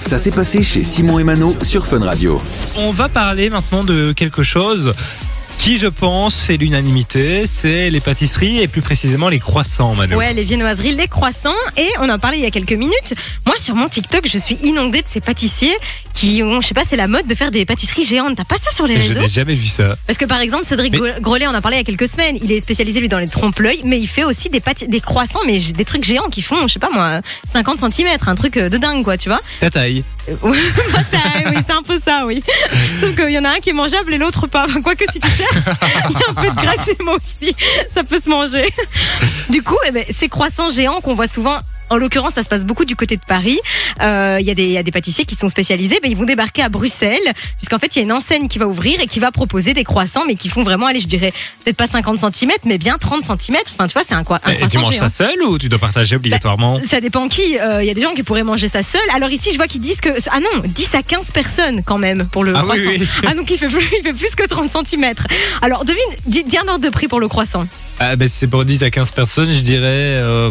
Ça s'est passé chez Simon et Mano sur Fun Radio. On va parler maintenant de quelque chose qui, je pense, fait l'unanimité. C'est les pâtisseries et plus précisément les croissants, Manu. Ouais, les viennoiseries, les croissants. Et on en parlait il y a quelques minutes. Moi, sur mon TikTok, je suis inondée de ces pâtissiers qui ont, je sais pas, c'est la mode de faire des pâtisseries géantes. T'as pas ça sur les Je réseaux n'ai jamais vu ça. Parce que par exemple, Cédric Mais- Grolet, on en parlait il y a quelques semaines. Il est spécialisé, lui, dans les trompe-l'œil, mais il fait aussi des, pâti- des croissants, mais j'ai des trucs géants qui font, je sais pas moi, 50 cm, un truc euh, de dingue, quoi, tu vois. Ta taille. Ouais, bataille, oui, c'est un peu ça, oui. Sauf qu'il y en a un qui est mangeable et l'autre pas. Quoique si tu cherches, il y a un peu de graisse humaine aussi. Ça peut se manger. Du coup, eh ben, ces croissants géants qu'on voit souvent. En l'occurrence, ça se passe beaucoup du côté de Paris. Euh, Il y, a des- il y a des pâtissiers qui sont spécialisés, ben, ils vont débarquer à Bruxelles, puisqu'en fait, il y a une enseigne qui va ouvrir et qui va proposer des croissants, mais qui font vraiment, allez, je dirais, peut-être pas 50 cm, mais bien 30 cm. Enfin, tu vois, c'est un, quoi- un Et tu croissant manges géant. Bah, ça seul ou tu dois partager obligatoirement Ça dépend qui. Euh, Il y a des gens qui pourraient manger ça seul. Alors ici, je vois qu'ils disent que. Ah non, 10 à 15 personnes quand même pour le Ah oui, croissant. oui. Ah donc il fait, plus, il fait plus que 30 cm. Alors devine, dis, dis un ordre de prix pour le croissant. Ah, ben, C'est pour 10 à 15 personnes, je dirais euh,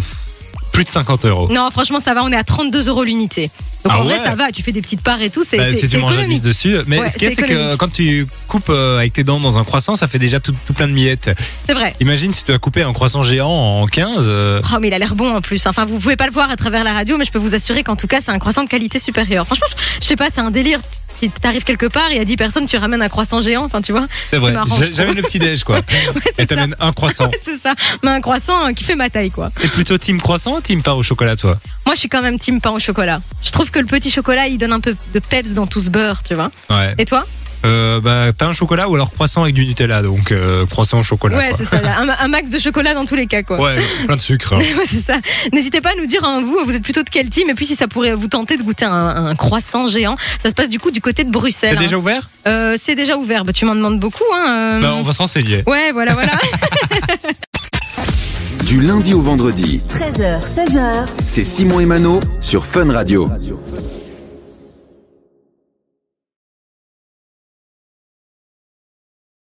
plus de 50 euros. Non, franchement, ça va, on est à 32 euros l'unité. Donc Ah en ouais. vrai, ça va, tu fais des petites parts et tout, c'est Bah, c'est- si c'est tu manges à 10 économique. dessus. Mais Ouais, ce qu'il y a, c'est c'est que économique. quand tu coupes euh, avec tes dents dans un croissant, ça fait déjà tout, tout plein de miettes. C'est vrai. Imagine si tu dois couper un croissant géant en 15. euh, Oh, mais il a l'air bon en plus. Enfin, vous pouvez pas le voir à travers la radio, mais je peux vous assurer qu'en tout cas, c'est un croissant de qualité supérieure. Franchement, je sais pas, c'est un délire. Tu t'arrives quelque part, il y a 10 personnes, tu ramènes un croissant géant. Enfin, tu vois. c'est vrai. marrant, J'a- je J'amène le petit-déj, quoi. Ouais, Et c'est ça. t'amènes un croissant. C'est ça. Mais un croissant euh, qui fait ma taille, quoi. T'es plutôt team croissant ou team pain au chocolat, toi Moi, je suis quand même team pain au chocolat. Je trouve que le petit chocolat, il donne un peu de peps dans tout ce beurre, tu vois. Ouais. Et toi Euh, bah, pain au chocolat ou alors croissant avec du Nutella, donc euh, croissant au chocolat. Ouais, quoi. c'est ça. là. Un, un max de chocolat dans tous les cas, quoi. Ouais, plein de sucre. hein. Ouais, c'est ça. N'hésitez pas à nous dire, hein, vous, vous êtes plutôt de quel team, et puis si ça pourrait vous tenter de goûter un, un croissant géant. Ça se passe du coup du côté de C'est Bruxelles. déjà hein. ouvert Euh, c'est déjà ouvert, Bah, tu m'en demandes beaucoup. Hein, euh. Bah, on va se renseigner. Ouais, voilà, voilà. Du lundi au vendredi, 13h, 16h. c'est Simon et Mano sur Fun Radio.